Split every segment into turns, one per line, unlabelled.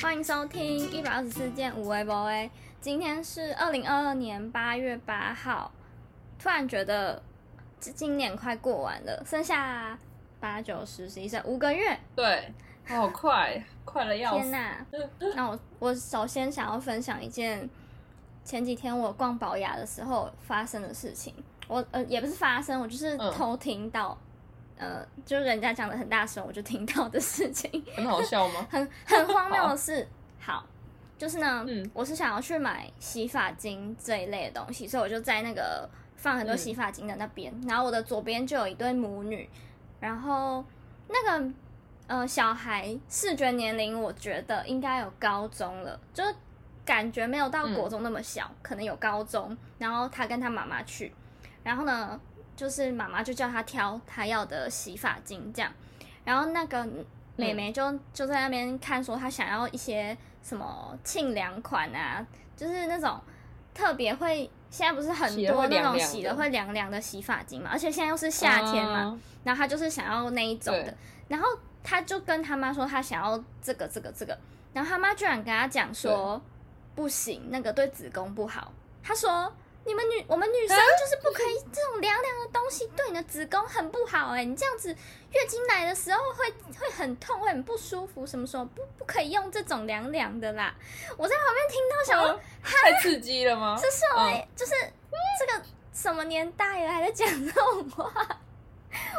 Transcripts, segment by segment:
欢迎收听一百二十四件无为不为。今天是二零二二年八月八号，突然觉得这今年快过完了，剩下八九十十一十二五个月，
对，哦好快，快了要
天
死。
哪！那我我首先想要分享一件前几天我逛宝雅的时候发生的事情。我呃也不是发生，我就是
嗯
偷听到，呃，就人家讲的很大声，我就听到的事情。
很好笑吗？
很很荒谬的 事。好，就是呢，
嗯
我是想要去买洗发精这一类的东西，所以我就在那个放很多
嗯
洗发精的那边，然后我的左边就有一对母女，然后那个呃小孩视觉年龄，我觉得应该有高中了，就是感觉没有
嗯
到国中那么小，可能有高中。然后他跟他妈妈去，然后呢，就是妈妈就叫他挑他要的洗发精这样，然后那个
嗯
妹妹就、就在那边看说她想要一些什么沁凉款啊，就是那种特别会。现在不是很
洗得
多
会
那种
凉凉
洗的
的
会凉凉的洗发精嘛，而且现在又是夏天嘛，
啊，
然后他就是想要那一种的
对，
然后他就跟他妈说他想要这个这个这个，然后他妈居然跟他讲说不行，那个对子宫不好。他说你们女我们女生就是不可以这种凉凉的东西对你的子宫很不好哎、你这样子月经来的时候会会很痛，会很不舒服，什么时候不不可以用这种凉凉的啦。我在旁边听到想说
啊 太刺激了吗？嗯
这是哎我、就是这个什么年代了还在讲这种话，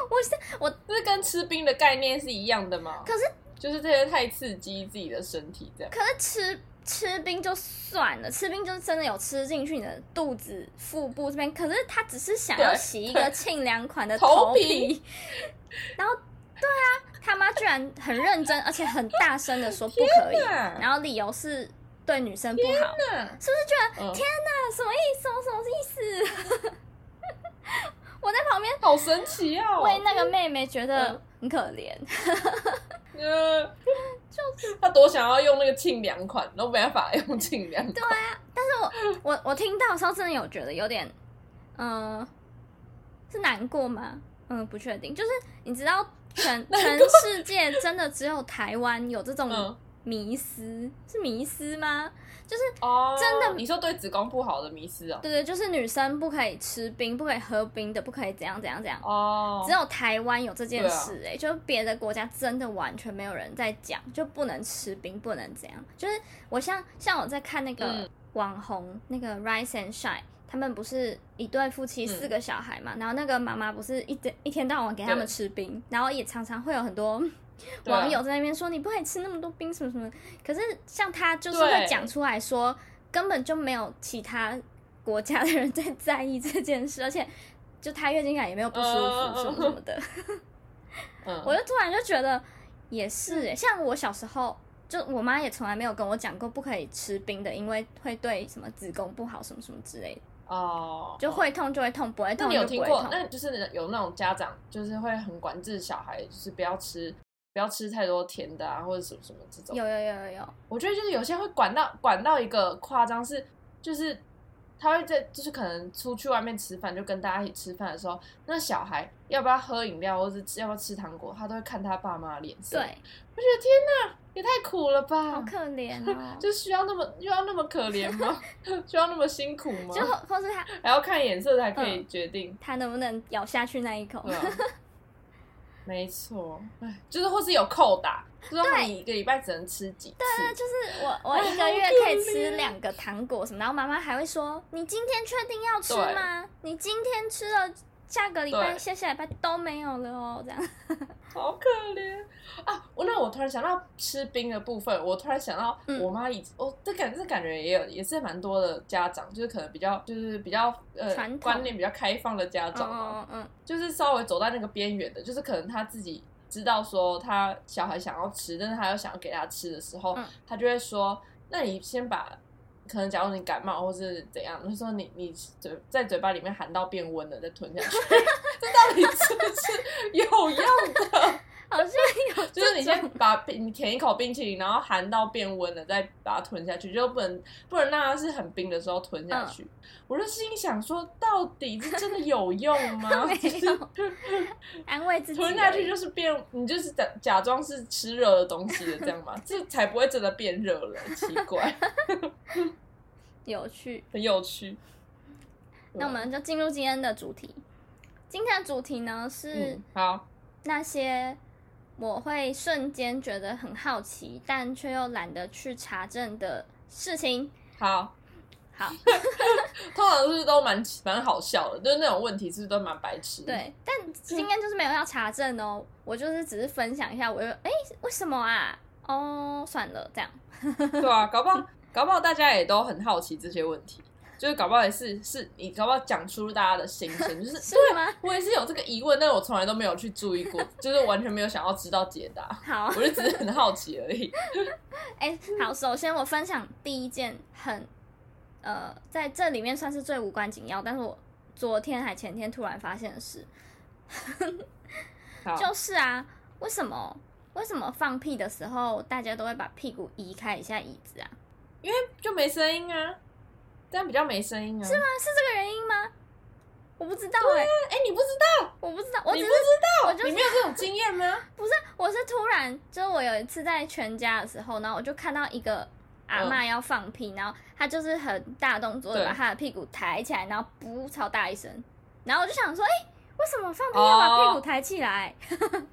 我是我
这是跟吃冰的概念是一样的吗？
可是
就是这些太刺激自己的身体，这样
可是吃吃冰就算了，吃冰就是真的有吃进去你的肚子、腹部这边，可是他只是想要
对
洗一个沁凉款的
头
皮，
皮
然后对啊，他妈居然很认真，而且很大声的说不可以，
哪
然后理由是对女生不好，
那
是不是觉得
嗯，
那什么意思？我什么意思？ 我在旁边
好神奇哦！
为那个妹妹觉得
嗯
很可怜，
呃， 就是他多想要用那个沁凉款，都没办法用沁凉款。
我我听到的时候真的有觉得有点，嗯、是难过吗？嗯，不确定。就是你知道全全世界真的只有台湾有这种
嗯
迷思，是迷思吗？就是
哦，
真的
你说对子宫不好的迷思哦？
对对，就是女生不可以吃冰，不可以喝冰的，不可以怎样怎样怎样。
哦，
只有台湾有这件
对啊
事、欸，哎、就别的国家真的完全没有人在讲，就不能吃冰，不能怎样。就是我像像我在看那个
嗯
网红、那个 Rise and Shine，他们不是一对夫妻
嗯
四个小孩嘛，然后那个妈妈不是一天一天到晚给他们
对
吃冰，然后也常常会有很多。
对啊
网友在那边说你不可以吃那么多冰什么什么的，可是像他就是
对
会讲出来说，根本就没有其他国家的人在在意这件事，而且就他月经感也没有不舒
嗯嗯嗯
服
嗯
什么什么的。
嗯，
我就突然就觉得也是耶、像我小时候，就我妈也从来没有跟我讲过不可以吃冰的，因为会对什么子宫不好什么什么之类的，
哦，
就会痛就会痛，不会
那
痛
你有
就不
听
会
过？
痛。
那就是有那种家长就是会很管制小孩，就是不要吃不要吃太多甜的啊，或者什么什么这种。
有有有有有，
我觉得就是有些会管到管到一个夸张是，就是他会在就是可能出去外面吃饭，就跟大家一起吃饭的时候，那小孩要不要喝饮料或者是要不要吃糖果，他都会看他爸妈的脸色。
对，
我觉得天哪，也太苦了
好
吧！。
可怜哦
就需要那么又要那么可怜吗？ 需要那么辛苦 吗
就？嗯或或是他
还要看眼色才可以决定。
他能不能咬下去那一口
对？啊， 没错，哎，就是或是有扣打，就是你一个礼拜只能吃几次，
那就是我我一个月可
啊
以吃两个糖果什么，然后妈妈还会说：“你今天确定要吃吗？你今天吃了，下个礼拜、
对
下下礼拜都没有了哦。”这样，
好可怜啊！我那我突然想到吃冰的部分，我突然想到
嗯
我妈以我、这感这感觉也有也是蛮多的家长，就是可能比较就是比较呃
传统
观念比较开放的家长嘛，
哦嗯，
就是稍微走到那个边缘的，就是可能他自己知道说他小孩想要吃，但是他又想要给他吃的时候，
嗯
他就会说：“那你先把，可能假如你感冒或是怎样，他说你你嘴在嘴巴里面含到变温了再吞下去， 这到底是不是有用的？
嗯好像有
就是你
这
先
种
把冰舔一口冰淇淋，然后含到变温了，再把它吞下去，就不能不能让它是很冰的时候
嗯
吞下去。我就心想说，到底这真的有用吗？
没
就是
有安慰自己而已。
吞下去就是变，你就是假假装是吃热的东西的这样嘛， 这才不会真的变热了，奇怪，
有趣。
很有趣。
那我们就进入今天的主题。今天的主题呢是
嗯，好，
那些我会瞬间觉得很好奇，但却又懒得去查证的事情。
好，
好，
通常是都蛮蛮好笑的，就是那种问题是不是都蛮白痴？，
对，
嗯
但今天就是没有要查证哦，我就是只是分享一下，我就哎、为什么啊？哦，算了，这样
对啊，搞不好搞不好大家也都很好奇这些问题，就是搞不好也是是你搞不好讲出大家的心声，就是
是
对
吗？
我也是有这个疑问，但我从来都没有去注意过，就是完全没有想要知道解答，
好
我，就只是很好奇而已。
哎、
嗯
好，首先我分享第一件很，呃，在这里面算是最无关紧要，但是我昨天还前天突然发现的事，
好，
就是啊，为什么为什么放屁的时候大家都会把屁股移开一下椅子啊？
就没声音啊，这样比较没声音啊。是吗？
那是这个原因吗？我不知道哎、
哎、你不知道，
我不知道，我只
你
是
不知道，
我就是
你没有这种经验吗？
我是突然，就是我有一次在全家的时候，然后我就看到一个阿嬷要放屁，然后她就是很大动作的
嗯对
把她的屁股抬起来，然后噗超大一声，然后我就想说，哎、为什么放屁要把屁股抬起来？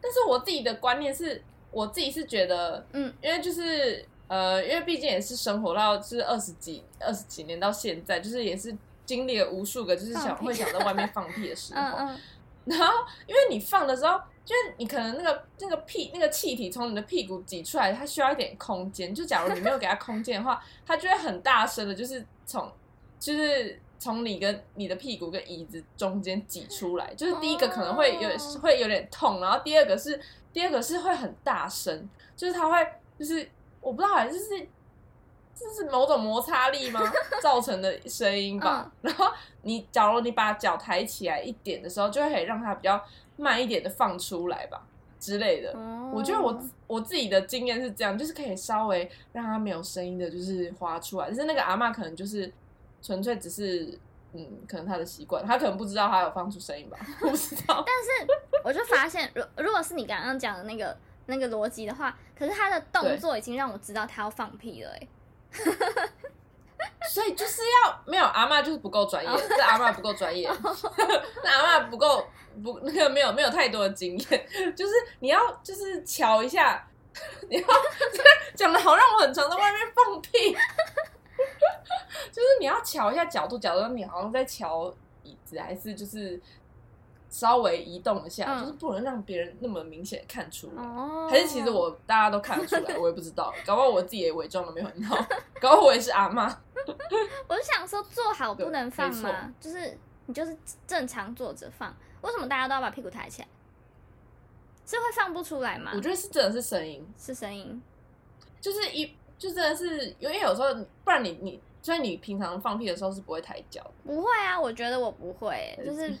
但是我自己的观念是，我自己是觉得，
嗯，
因为就是呃，因为毕竟也是生活到就是二十几二十几年到现在，就是也是经历了无数个就是想
放屁
会想在外面放屁的 时候，
嗯嗯，
然后因为你放的时候，就是你可能那个那个屁那个气体从你的屁股挤出来，它需要一点空间。就假如你没有给它空间的话，它就会很大声的，就是从就是从你跟你的屁股跟椅子中间挤出来。就是第一个可能会有、
哦
会有点痛，然后第二个是第二个是会很大声，就是它会就是我不知道，好像就是。就是某种摩擦力吗造成的声音吧？然后你假如你把脚抬起来一点的时候，就会可以让它比较慢一点的放出来吧之类的。
哦
我觉得我我自己的经验是这样，就是可以稍微让它没有声音的，就是滑出来。但是那个阿嬷可能就是纯粹只是。嗯，可能她的习惯，她可能不知道她有放出声音吧，我不知道。
我就发现，如如果是你刚刚讲的那个那个逻辑的话，可是她的动作已经让我知道她要放屁了、哎，
所以就是要没有阿嬷就是不够专
哦
业，这阿嬷不够专业， 那阿嬷不够不那个没有没有太多的经验，就是你要就是瞧一下， 你要讲的好让我很常在外面放屁，就是你要瞧一下角度，假如你好像在瞧椅子，还是就是稍微移动一下，
嗯
就是不能让别人那么明显看出来。
哦，
还是其实我大家都看得出来，我也不知道，搞不好我自己也伪装的没有很好，搞不好我也是阿嬷。
我就想说，坐好不能放
对没
吗？就是你就是正常坐着放，为什么大家都要把屁股抬起来？是会放不出来吗
我？觉得是真的是声音，
是声音
就是一就真的是，因为有时候你不然你你，所以你平常放屁的时候是不会抬脚的，
不会啊，我觉得我不会 欸、就是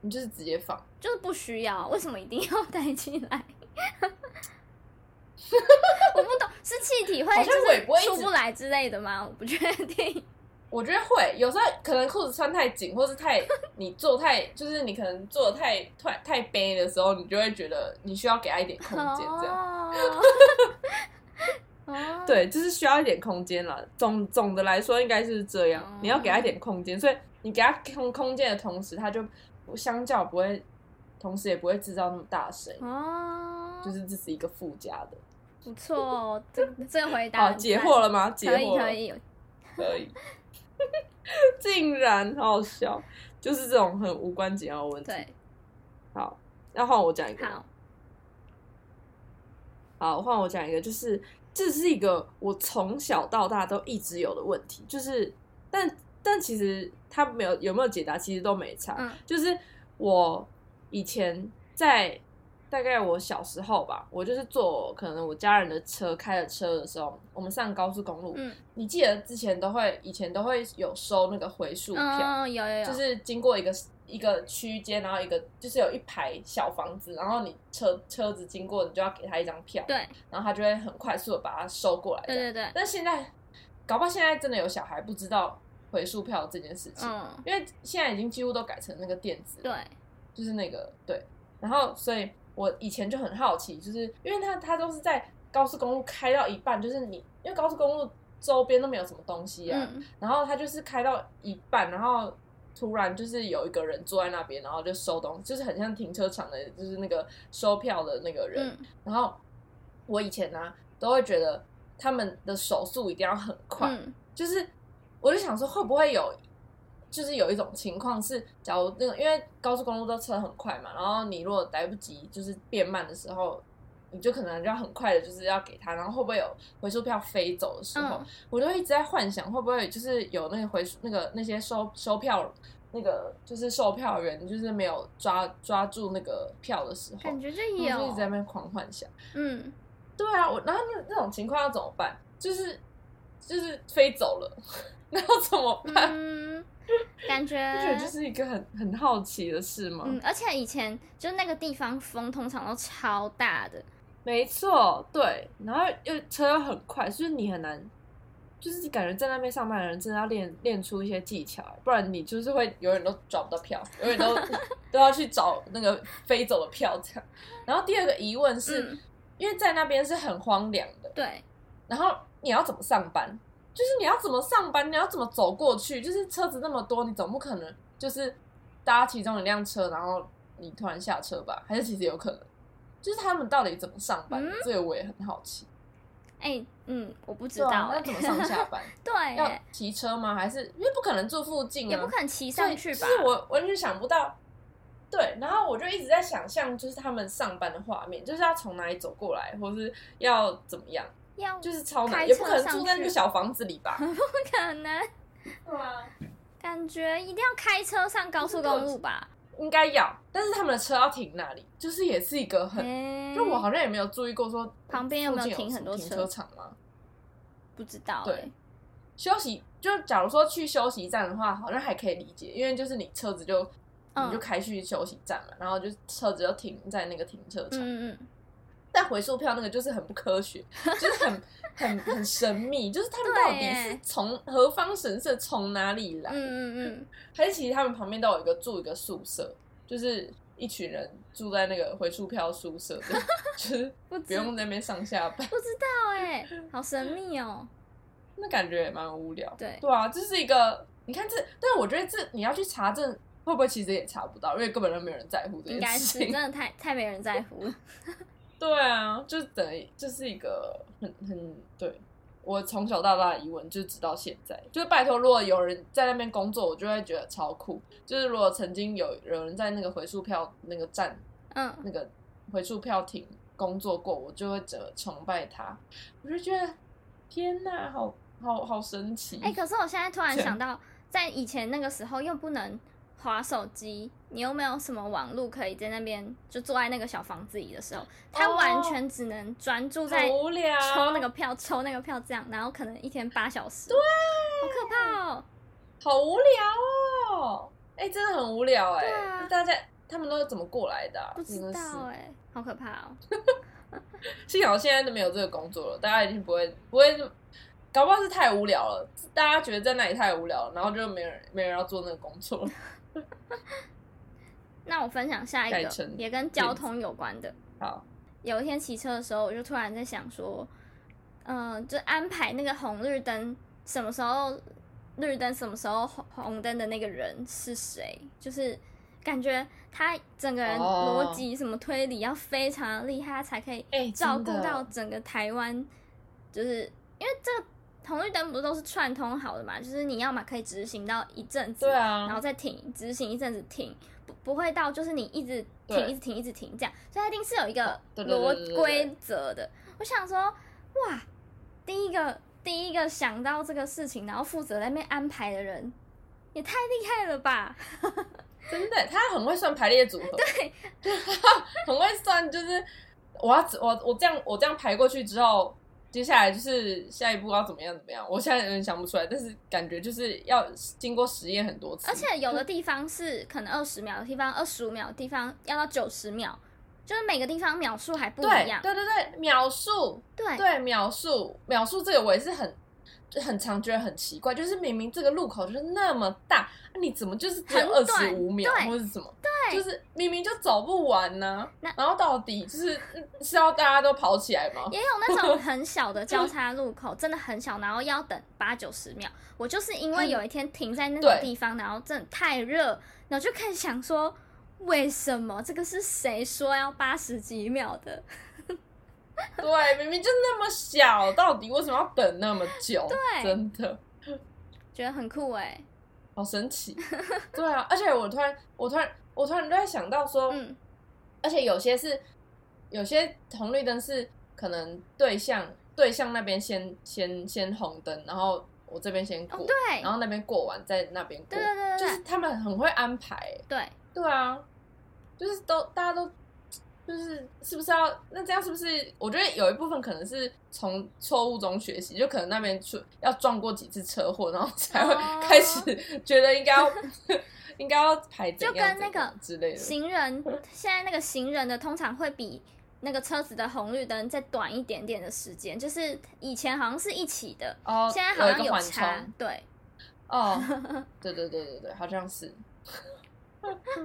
你就是直接放。
就是不需要，为什么一定要 抬起 来？我不懂，是气体会
好像我也不
就
会一
是
直
出不来之类的吗？我不确定。
我觉得会，有时候可能裤子穿太紧，或是 太你坐太，就是你可能坐得太太太背的时候，你就会觉得你需要给他一点空间，这样。
哦，哦，
对，就是需要一点空间啦。总总的来说，应该是这样
哦。
你要给他一点空间，所以你给他空空间的同时，他就不相较不会，同时也不会制造那么大声，
哦，
就是这是一个附加的。
不错哦，这这回答
好，
很
解
赞
惑了吗？解
可以
惑了，
可以，
可以 竟然好好笑，就是这种很无关紧要的问题。
对，
好，那换我讲一个。
好，
好，换我讲一个，就是这是一个我从小到大都一直有的问题，就是但但其实他没有有没有解答，其实都没差。
嗯
就是我以前在大概我小时候吧，我就是坐可能我家人的车开着车的时候，我们上高速公路，
嗯
你
嗯
记得之前都会以前都会有收那个回数票，
嗯，有有有，
就是经过一个一个区间，然后一个就是有一排小房子，然后你车车子经过，你就要给他一张票，
对
然后他就会很快速的把它收过来。
对对对，
但现在，搞不好现在真的有小孩不知道回数票这件事情，
嗯，
因为现在已经几乎都改成那个电子，
对，
就是那个对。然后，所以我以前就很好奇，就是因为他他都是在高速公路开到一半，就是你因为高速公路周边都没有什么东西啊，
嗯，
然后他就是开到一半，然后突然就是有一个人坐在那边，然后就收东西，就是很像停车场的，就是那个收票的那个人。
嗯，
然后我以前呢、啊都会觉得他们的手速一定要很快，
嗯，
就是我就想说会不会有，就是有一种情况是，假如那个因为高速公路都车很快嘛，然后你如果来不及就是变慢的时候，你就可能就要很快的就是要给他，然后会不会有回收票飞走的时候，
嗯
我就一直在幻想会不会就是有那个回那个那些收收票。那个就是售票员，就是没有抓抓住那个票的时候，
感觉就
我就一哦直在那
有，
边狂幻想。
嗯，
对啊，我然后那那种情况要怎么办？就是就是飞走了，那要怎么办？
嗯，感觉
不觉得就是一个很很好奇的事吗？
嗯，而且以前就是那个地方风通常都超大的，
没错，对，然后又车又很快，所以你很难，就是感觉在那边上班的人真的要练练出一些技巧，欸不然你就是会永远都找不到票，永 远都都要去找那个飞走的票这样。然后第二个疑问是，
嗯
因为在那边是很荒凉的，
对，
然后你要怎么上班？就是你要怎么上班？你要怎么走过去？就是车子那么多，你总不可能就是搭其中一辆车，然后你突然下车吧？还是其实有可能？就是他们到底怎么上班？
嗯
这个我也很好奇。
哎、嗯，我不知
对啊
道、
那
哎，
怎 么上下班？
对、
要
哎
骑车吗？还是因为不可能住附近啊？
也不可能骑上去吧
所以？就是我完全想不到。对，然后我就一直在想象，就是他们上班的画面，就是要从哪里走过来，或是要怎么样，
要
就是超难，
开
也不
车
可能
上
住在那个
去
小房子里吧？
不可能，
对啊，
感觉一定要开车上高速公路吧？
应该要，但是他们的车要停哪里，就是也是一个很，
哎、
就我好像也没有注意过说
旁边有没有
附近
停很多
停
车
车场吗？
不知道、
对
哎，
休息就假如说去休息站的话，好像还可以理解，因为就是你车子就
嗯
你就开去休息站嘛，然后就车子就停在那个停车场。
嗯嗯嗯，
但回数票那个就是很不科学， 就是很很很神秘，就是他们到
对
底
耶
是从何方神圣，从哪里来？
嗯嗯
还是其实他们旁边都有一个住一个宿舍，就是一群人住在那个回数票宿舍，这样 就是
不知
不用在那边上下班，
不知道哎、好神秘哦、
那感觉也蛮无聊。
对，
对啊，这是一个，你看这，但是我觉得这你要去查证，会不会其实也查不到，因为根本就没有人在乎这
应
件
该
事
是
情
真。的太太没人在乎 了。
对啊，就等于这、是一个很很对我从小到大的疑问，就直到现在。就是拜托，如果有人在那边工作，我就会觉得超酷。就是如果曾经有有人在那个回数票那个站
嗯，
那个回数票亭工作过，我就会觉得崇拜他。我就觉得天哪，好好好神奇！
哎、可是我现在突然
是
想到，在以前那个时候又不能划手机，你又没有什么网络可以在那边就坐在那个小房子里的时候，他
哦
完全只能专注在
好无聊，啊
抽那个票、抽那个票这样，然后可能一天八小时，对，好可怕哦。
好无聊哦！哎、真的很无聊哎、
对啊
大家他们都是怎么过来的啊、
不知
真的是
道哎、好可怕哦！
幸好现在都没有这个工作了，大家一定不会不会，搞不好是太无聊了，大家觉得在那里太无聊了，然后就没人没人要做那个工作了。
那我分享下一
改
个
成，
也跟交通有关的。
好，
有一天骑车的时候，我就突然在想说，嗯、就安排那个红绿灯什么时候绿灯，什么时候红红灯的那个人是谁，就是感觉他整个人
哦
逻辑什么推理要非常厉害，他才可以
哎、
照
真
顾
的
到整个台湾，就是因为这个红绿灯不是都是串通好的嘛，就是你要么可以执行到一阵子，
对啊，
然后再停，执行一阵子停，不不会到就是你一直
对哦
停，一直停，一直停这样，所以它一定是有一个
对对对对对
逻规则的。我想说，哇，第一个第一个想到这个事情，然后负责在那边安排的人，也太厉害了吧！
真的，他很会算排列组合， 对，很会算，就是我要我我这样我这样排过去之后，接下来就是下一步要怎么样怎么样，我现在有点想不出来，但是感觉就是要经过实验很多次，
而且有
嗯
的地方是可能二十秒的地方，二十五秒的地方要到九十秒，就是每个地方秒数还不
对
一样。
对对对，秒数，
对
对秒数，秒数这个我也是很就很常觉得很奇怪，就是明明这个路口就是那么大，啊你怎么就是只有
很
二
短
十五秒
对
或者什么？对，就是明明就走不完呢、
那
然后到底就是嗯是要大家都跑起来吗？
也有那种很小的交叉路口，真的很小，然后要等八九十秒。我就是因为有一天停在那个
对
地方，然后真的太热，然后就开始想说，为什么这个是谁说要八十几秒的？
对，明明就那么小，到底为什么要等那么久？
对
真的
觉得很酷哎、
好 神奇。对啊，而且我突然，我突然，我突然就在想到说，
嗯，
而且有些是有些红绿灯是可能对向对向那边先先先红灯，然后我这边先过，
哦对，
然后那边过完再那边过，
对对对对
就是他们很会安排、
对，
对啊，就是都大家都就是是不是要那这样是不是？我觉得有一部分可能是从错误中学习，就可能那边出要撞过几次车祸，然后才会
哦
开始觉得应该要、 应该要排怎
就
样
跟那
怎样
个
之类的，
行人现在那个行人的通常会比那个车子的红绿灯再短一点点的时间，就是以前好像是一起的，
哦，
现在好
有
像
一个缓
差
冲。
对，
哦，对对对对对，好像是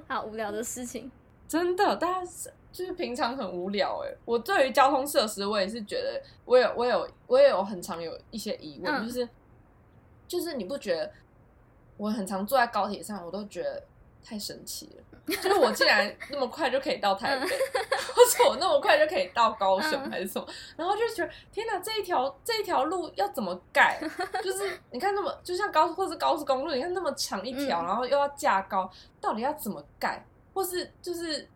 好无聊的事情。
真的，大家是就是平常很无聊哎、我对于交通设施，我也是觉得，我有我有我也有很常有一些疑问，
嗯
就是就是你不觉得我很常坐在高铁上，我都觉得太神奇 了，就是我竟然那么快就可以到台北，或者我那么快就可以到高雄
嗯
还是什么，然后就觉得天哪，这一条这一条路要怎么 盖？就是你看那么，就像高或是高速公路，你看那么长一条，
嗯
然后又要架高，到底要怎么盖？或是就是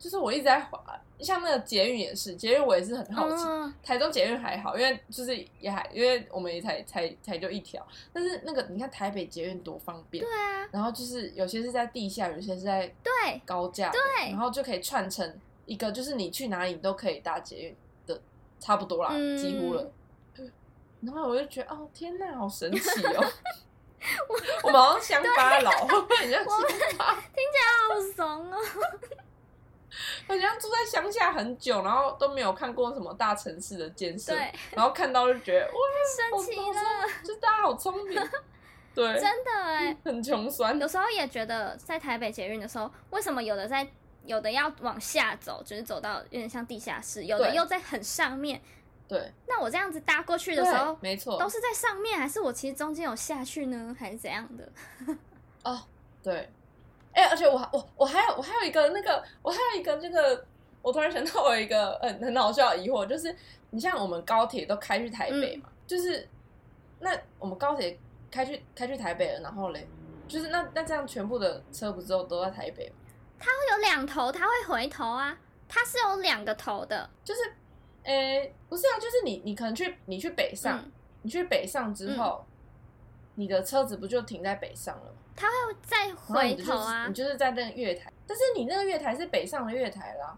就是我一直在滑，像那个捷运也是，捷运我也是很好奇。
哦，
台中捷运还好，因为就是也还，因为我们也才才才就一条，但是那个你看台北捷运多方便，
对啊，
然后就是有些是在地下，有些是在
对，
高架的，
对
然后就可以串成一个，就是你去哪里你都可以搭捷运的，差不多啦，
嗯
几乎了。 然后我就觉得，哦，天哪，好神奇 哦！我们好像乡巴佬， 很像乡巴，
好怂哦。
很像住在乡下很久，然后都没有看过什么大城市的建设，
对，
然后看到就觉得，哇，
生
好
气
好
了，
聪就大家好聪 明，对，
真的哎。
很穷酸
有，时候也觉得在台北捷运的时候，为什么有的在有的要往下走，就是走到有点像地下室，有的
对
又在很上面。
对，
那我这样子搭过去的时
对
候，，
没错，
都是在上面，还是我其实中间有下去呢，还是怎样的？
对，哎、而且我还我我还有我还有一个那个我还有一个那个，我突然想到我有一个很很好笑的疑惑，就是你像我们高铁都开去台
嗯
北嘛，就是那我们高铁开去开去台北了，然后嘞，就是那那这样全部的车不是都都在台北吗？
它有两头，它会回头啊，它是有两个头的。
就是，哎、不是啊，就是你你可能去你去北上，
嗯，
你去北上之后，你的车子不就停在北上了吗？
它会再
然后
回
你就是
头啊
你。就是在那个月台，但是你那个月台是北上的月台啦、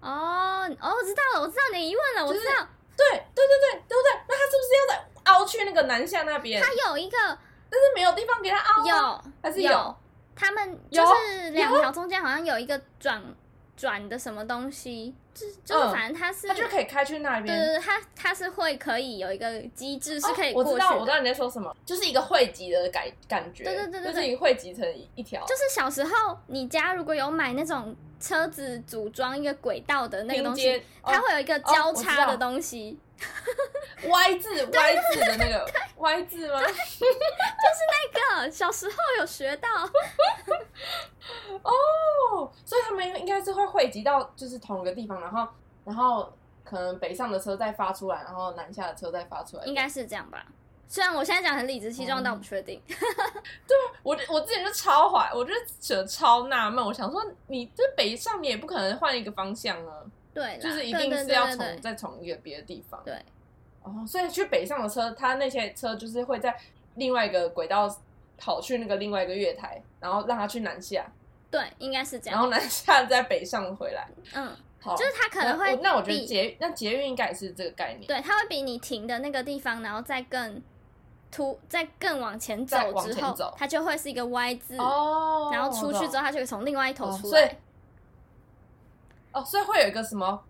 哦哦，我知道了，我知道你的疑问了，我
就是
知道
对对对对，对不对？那他是不是要在凹去那个南下那边？
它有一个
但是没有地方给他凹、啊，
有
还是
有，他们就是两条中间好像有一个转转的什么东西，就是就是
嗯
反正它是
他就可以开去那
对
边。
对对，它它是会可以有一个机制是可以
哦我
过去的，
知道，我知道你在说什么，就是一个汇集的感感觉，
对对对对对
就是你汇集成一一条，
就是小时候你家如果有买那种车子组装一个轨道的那个
拼
东西
接，，哦
它会有一个交叉的东西，
Y 字 Y 字的那个 Y 字吗？
那个小时候有学到，
哦，所以他们应该是会汇集到就是同一个地方，然后然后可能北上的车再发出来，然后南下的车再发出来，
应该是这样吧。虽然我现在讲很理直气壮，
哦
但我不确定。
我我之前就超怀，我就觉得超纳闷，我想说你这北上你也不可能换一个方向啊，
对啦，
就是一
对
定
对
是
对
要
对
从
对
再从一个别的地方。
对，
哦，所以去北上的车，它那些车就是会在另外一个轨道跑去那个另外一个月台，然后让它去南下，
对，应该是这
然
样。
后南下再北上回来。
嗯，
好，
就是他可能会
哦那我那我觉得
比
捷那捷运应该也是这个概念，
对，它会比你停的那个地方，然后再更突，再更往前走
再往
之
前
后，
走
它就会是一个 Y 字，
哦，
然后出去之后，
后
它就会从另外一头
哦，
出
所以
来。
哦，所以会有一个什么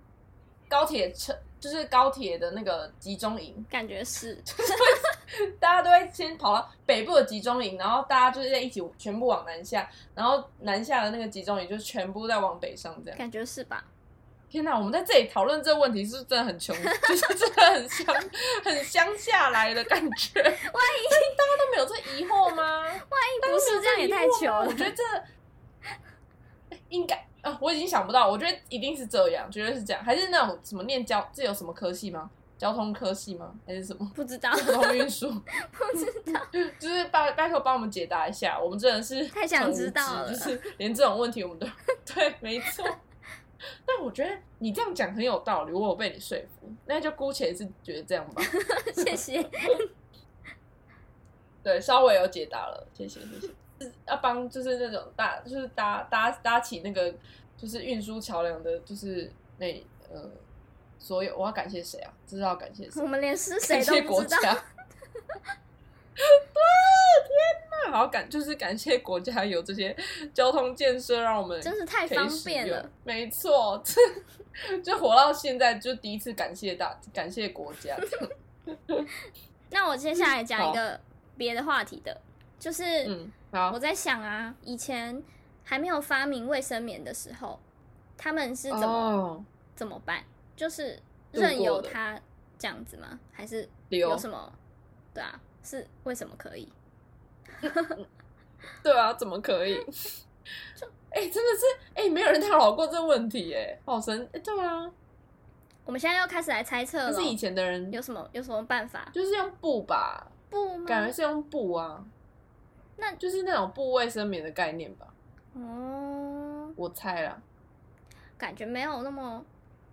高铁车，就是高铁的那个集中营，
感觉 是，
大家都会先跑到北部的集中营，然后大家就是在一起全部往南下，然后南下的那个集中营就全部在往北上这样。
感觉是吧？
天哪，我们在这里讨论这个问题是不是真的很穷， 就是真的很乡很乡下来的感 觉。万一大家都没有这疑惑吗？万一
哎不是这样也太糗了
我觉得这 应该啊，我已经想不到，我觉得一定是这样，绝对是这样，还是那种什么念交，这有什么科系吗？交通科系吗？还是什么？
不知道，
交通运输？
不知道。
就是拜拜托帮我们解答一下，我们真的是
太想知道了
很无知就是连这种问题我们都 对，没错。但我觉得你这样讲很有道理，我有被你说服，那就姑且是觉得这样吧。
谢谢。
对，稍微有解答了，谢谢谢谢。是要帮就是那种搭就是搭搭搭起那个就是运输桥梁的，就是那呃所有我要感谢谁啊？这是要感谢谁
我？们连是
感
谁都
谢
不
国
知
家。
道
对，，天哪，好感就是感谢国家有这些交通建设，让我们
真是太
可以
方
使
便
用
了。。
没错，这 就活到现在，就第一次感谢大感谢国家。
那我接下来讲一个别的话题的，就是
嗯，好
我，在想啊，以前还没有发明卫生棉的时候，他们是怎么
哦，
怎么办？就是
度过
任由
的
它这样子吗？还是
流
有什么？对啊，是为什么可以？
对啊，怎 么可以？ 哎、真的是哎、没有人探讨过这个问题哎，好神哎、对啊，
我们现在又开始来猜测
但
了
是，以前的人
有什么有什么办法？
就是用布吧，
不
感
吗
觉？是用布啊，
那
就是那种布卫生棉的概念吧，
哦，
我猜啦。
感觉没有那么，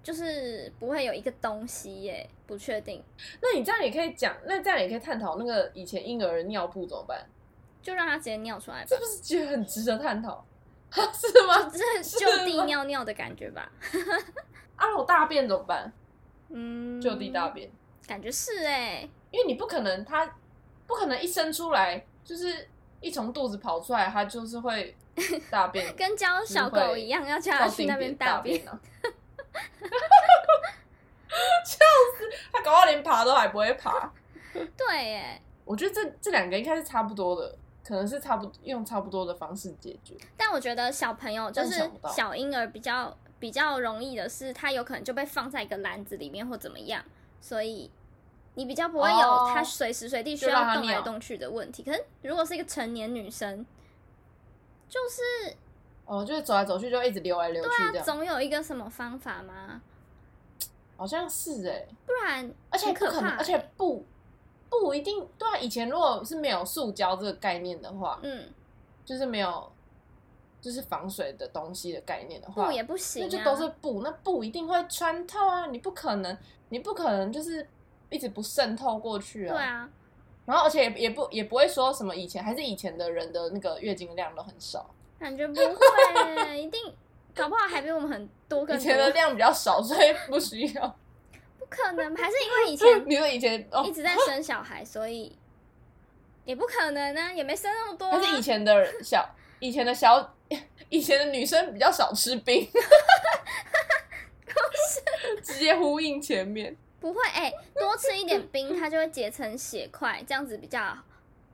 就是不会有一个东西耶，不确定，
那你这样也可以讲，那这样也可以探讨那个以前婴儿的尿布怎么办，
就让它直接尿出来吧
是，不是觉得很值得探讨？ 是吗？
这
是
就地
吗
尿尿的感觉吧？
啊，我大便怎么办？
嗯，
就地大便，
感觉是哎，
因为你不可能它不可能一生出来就是一从肚子跑出来，它就是会 大便，
跟教
只
小狗
会
一样，要叫它
到
去
定
那
点
边
大
便。哦
啊。 笑死，它搞到连爬都还不会爬。
对耶，
我觉得这这两个应该是差不多的，可能是差不用差不多的方式解决。
但我觉得小朋友就
但
是
想不到
小婴儿比较比较容易的是，他有可能就被放在一个篮子里面或怎么样，所以你比较不会有
哦
他随时随地需
就让
要
他
动来
尿
动去的问题。可是如果是一个成年女生，就是
哦，就是走来走去就一直溜来溜去这
她
样，
啊总有一个什么方法吗？
好像是哎、
不然
而且
很
不
可
可能，
怕欸
而且不不一定对啊。以前如果是没有塑胶这个概念的话，
嗯，
就是没有就是防水的东西的概念的话，
布也不行、
那
啊，
就都是布，那布一定会穿透啊，你不可能，你不可能就是一直不渗透过去
对啊，
然后而且也也不也不会说什么以前还是以前的人的那个月经量都很少，
感 觉不会，一定搞不好还比我们很多更
以前的
多，
量比较少，所以不需要。
不可能，还是因为以 前
你说以前哦
一，直在生小孩，所以也不可能啊，也没生那么多、啊。
但是以前的人小，以前的小，以前的女生比较少吃 冰， 直接呼应前面。
不会哎、多吃一点冰，它就会结成血块，这样子比较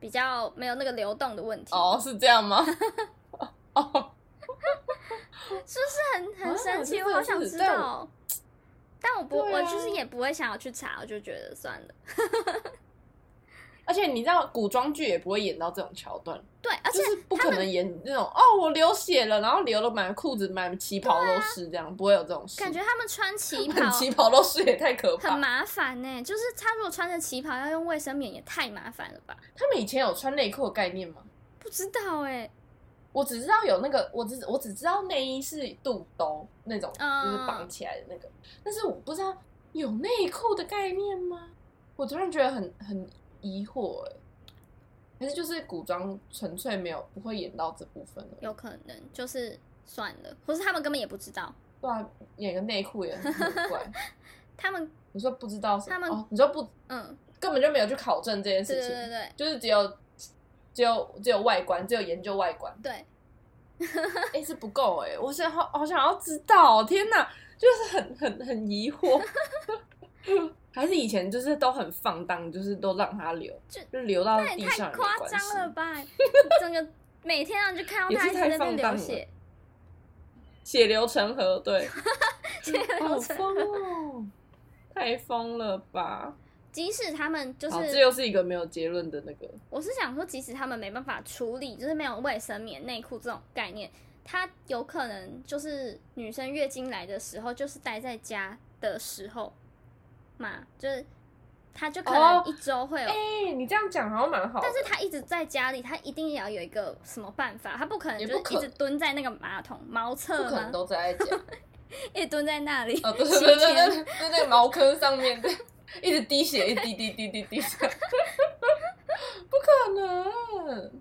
比较没有那个流动的问题，
哦，是这样吗？哦，
是不是很很
啊
神奇？
这真
我
的
好想
是
知
但
道。但我不，
对
我
啊
就是也不会想要去查，我就觉得算了。
而且你知道，古装剧也不会演到这种桥段，
对，而且
就是不可能演那种哦，我流血了，然后流了满裤子、满旗袍都是这样，不会有这种事。
啊感觉他们穿旗袍
满旗袍都是也太可怕
很。麻烦呢、就是他如果穿着旗袍要用卫生棉，也太麻烦了吧？
他们以前有穿内裤的概念吗？
不知道哎、
我只知道有那个，我只我只知道内衣是肚兜那种，
嗯
就是绑起来的那个，但是我不知道有内裤的概念吗？我突然觉得很很疑惑、欸，还是就是古装纯粹没有不会演到这部分了，
有可能就是算了，或是他们根本也不知道，
不然演个内裤也很奇 怪。
他们
你说不知道什么
他们
哦，你说不
嗯，
根本就没有去考证这
对
件事
对
情，
对对，
就是只有只有只有外观，只有研究外观
对，
哎、是不够哎、我想好好想要知道，哦天哪，就是很很很疑惑， 还是以前就是都很放荡，就是都让他流，
就
就流到
那也
地
哎太
上也没
夸
关系
张了吧！整个每天啊让你就看到
也
他一
是
直
太
在那边
放荡
流
了
血，
血流成河，对，好
流成
疯哦，太疯了吧！
即使他们就
好，
是
这又是一个没有结论的那个，
我是想说，即使他们没办法处理，就是没有卫生棉、内裤这种概念，它有可能就是女生月经来的时候，就是待在家的时候嘛，就是她就可
哦
能一周会有，
哎、你这样讲好像蛮好的，
但是她一直在家里，她一定也要有一个什么办法，她不可能
也
就
不
是一
可
直蹲在那个马桶茅
不
厕
可能
吗？
都在家，
一直蹲在那里，
哦，对
洗
对对对
天
对，在那个茅坑上面，对，一直滴血，一直滴滴滴滴滴血，不可能。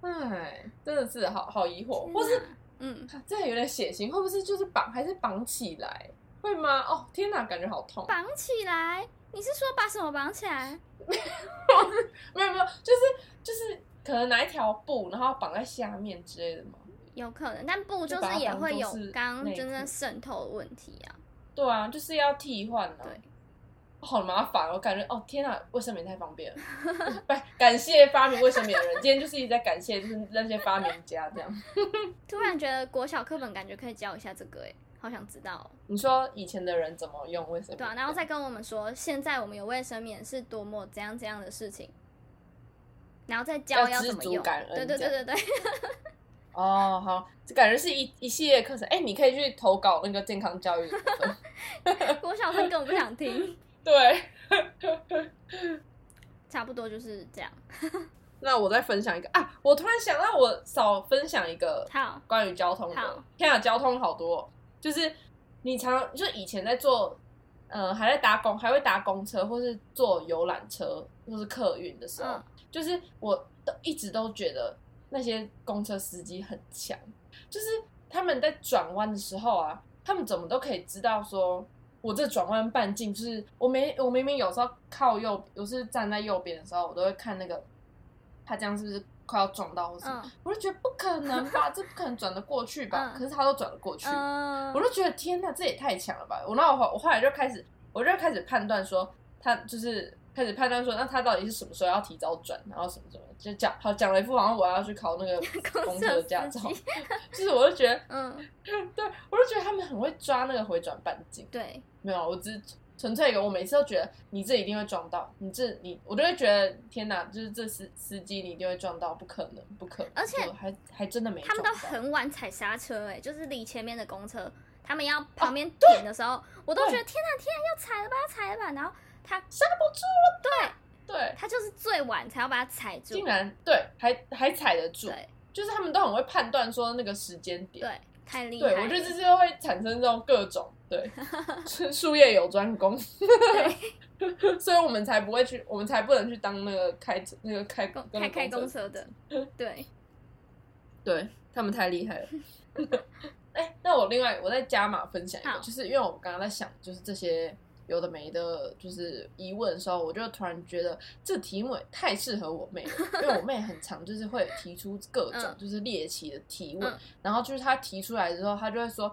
哎，真的是好好疑惑，或是
哪嗯，
啊这有点血腥，会不会就是绑还是绑起来，会吗？哦，天哪，感觉好痛！
绑起来。你是说把什么绑起来？
没有没有，就是就是可能拿一条布，然后绑在下面之类的嘛。
有可能，但布
就
就
把
是
它
也
当
会
作
有
是
刚刚
内
真正
裤
渗透的问题啊。
对啊，就是要替换啊。
对，
好麻烦哦，我感觉哦天啊，卫生棉太方便了。 不，感谢发明卫生棉的人，今天就是一直在感谢就是那些发明家这样。嗯
突然觉得国小课本感觉可以教一下这个、欸，好想知道哦、
你说以前的人怎么用卫生棉？
对啊，然后再跟我们说，现在我们有卫生棉是多么怎样怎样的事情，然后再教
要
要
知
怎么
足
用。
感恩
对对
这样
对对对，
哦好，这感觉是一一系列课程。哎，你可以去投稿那个健康教育的部分。
国小生根本不想听。
对，
差不多就是这样。
那我再分享一个啊，我突然想到我少分享一个
好，
关于交通
好
的。天啊，交通好多哦、就是你常就以前在坐，呃，还在搭公，还会搭公车，或是坐游览车，或是客运的时候，
嗯
就是我都一直都觉得那些公车司机很强，就是他们在转弯的时候啊，他们怎么都可以知道说。我这转弯半径就是我没我明明有时候靠右，有时站在右边的时候，我都会看那个他这样是不 是快要撞到或什么，
嗯
我就觉得不可能吧，这不可能转得过去吧？
嗯
可是他都转得过去，
嗯、
我就觉得天哪，这也太强了吧！我那我后我后来就开始，我就开始判断说，他就是开始判断说，那他到底是什么时候要提早转，然后什么什么，就讲好讲了一副好像我要去考 那个公车驾照
公车司，
就是我就觉得，
嗯，
对我就觉得他们很会抓那个回转半径。
对，
没有，我只纯粹有，我每次都觉得你这一定会撞到，你这你我都会觉得天哪，就是这司司机你一定会撞到，不可能，不可能，
而且
就还还真的没
他们
撞到，
都很晚踩刹车、欸，哎，就是离前面的公车，他们
哦
要旁边停的时候，我都觉得天哪、天哪、要踩了吧，要踩了吧，然后他
刹不住了，
对
对，
他就是最晚才要把它踩住
竟，然对还还踩得住，
对
就是他们都很会判断说那个时间点，
对，太厉害
对
了，
我觉得这就会产生这种各种 对，是术业有专攻，
对
所以我们才不会去，我们才不能去当那个开那个开
公
那
开
个
开公
车
车 的，对，
对他们太厉害了。 哎、那我另外我再加码分享一
好
个，就是因为我刚刚在想，就是这些有的没的，就是疑问的时候，我就突然觉得这题目也太适合我妹了，因为我妹很常就是会提出各种
嗯
就是猎奇的提问，
嗯
然后就是她提出来之后，她就会说：“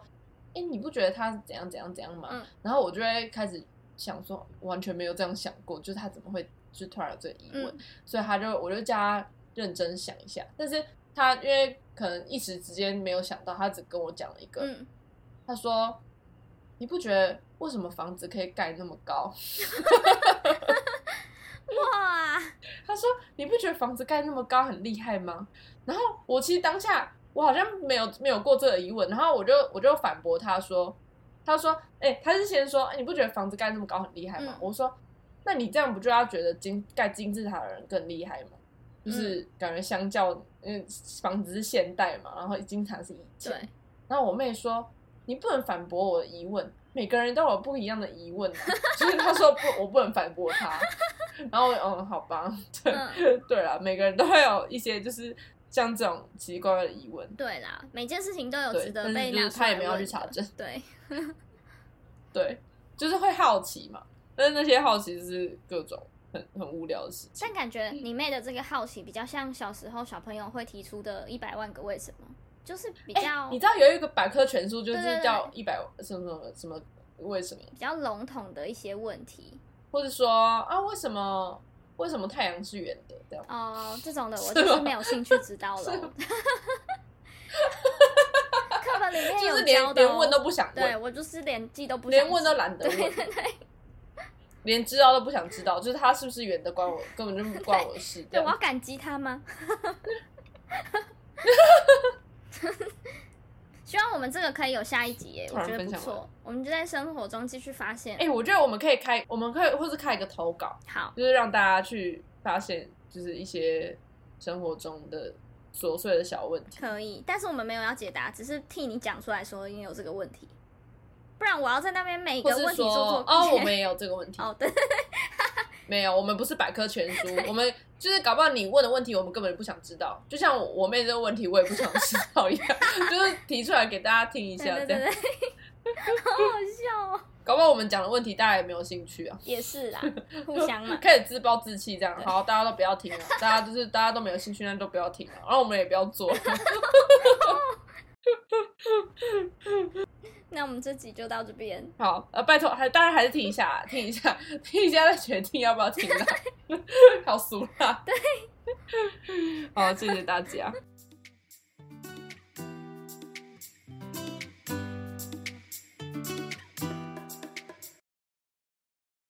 哎、你不觉得她怎样怎样怎样吗？”
嗯
然后我就会开始想说，完全没有这样想过，就是她怎么会就突然有这个疑问？
嗯
所以他就我就叫他认真想一下，但是他因为可能一时之间没有想到，他只跟我讲了一个，
嗯，
他说：“你不觉得为什么房子可以盖那么高？”
哇，
他说：“你不觉得房子盖那么高很厉害吗？”然后我其实当下我好像没有没有过这个疑问，然后我就我就反驳他说：“他说，哎、他是先说、哎你不觉得房子盖那么高很厉害吗？”
嗯
我说：“那你这样不就要觉得金盖金字塔的人更厉害吗？
嗯
就是感觉相较，因为房子是现代嘛，然后金字塔是以前。
对，
然后我妹说：“你不能反驳我的疑问，每个人都有不一样的疑问、啊。”就是她说不，我不能反驳她。然后我嗯，好吧，对、
嗯
对啦，每个人都会有一些就是像这种奇奇怪怪的疑问，
对啦，每件事情都有
对
值得
但是
被
就是
拿出
他
来
也没有
问
去查
的
证
对，
对，就是会好奇嘛，但是那些好奇就是各种很很无聊的事情
但。感觉你妹的这个好奇比较像小时候小朋友会提出的一百万个为什么，就是比较、
哎你知道有一个百科全书，就
对对
是
对
叫一百什么什么什么为什么，
比较笼统的一些问题
或者说啊为什么为什么太阳是圆的这样。
哦、这种的我
是
就是
吗
没有兴趣知道
是吗
了。课本里面
就是
有
连
教的、哦
连问都不想
对
问，
我就是连记都不
连
想
问
记
都懒得问， 连知道都不想知道，就是它是不是圆的关我根本就不关我的事。这
对，
样
我要感激他吗？ 希望我们这个可以有下一集耶，
突
我
然
觉得不
分享完
错。我们就在生活中继续发现。
哎、我觉得我们可以开，我们可以或是开一个投稿，
好，
就是让大家去发现，就是一些生活中的琐碎的小问题。
可以，但是我们没有要解答，只是替你讲出来说你有这个问题，不然我要在那边每
或
个
是
问题
说，
做做
哦，我们也有这个问题，
哦对，
没有，我们不是百科全书，我们就是搞不好你问的问题，我们根本就不想知道。就像我我妹这个问题，我也不想知道一样， 就是提出来给大家听一
对
下，
对对
这样
对， 好好笑哦，
搞不好我们讲的问题大家也没有兴趣啊，
也是 啦，互相嘛，
开始自暴自弃这样。好，大家都不要听了，大家就是大家都没有兴趣，那都不要听了，然后我们也不要做了。
那我们这集就到这边，
好，呃，拜托，还当然还是听一下，听一下，听一下再决定要不要听啦。好俗啦。对。好，谢谢大家。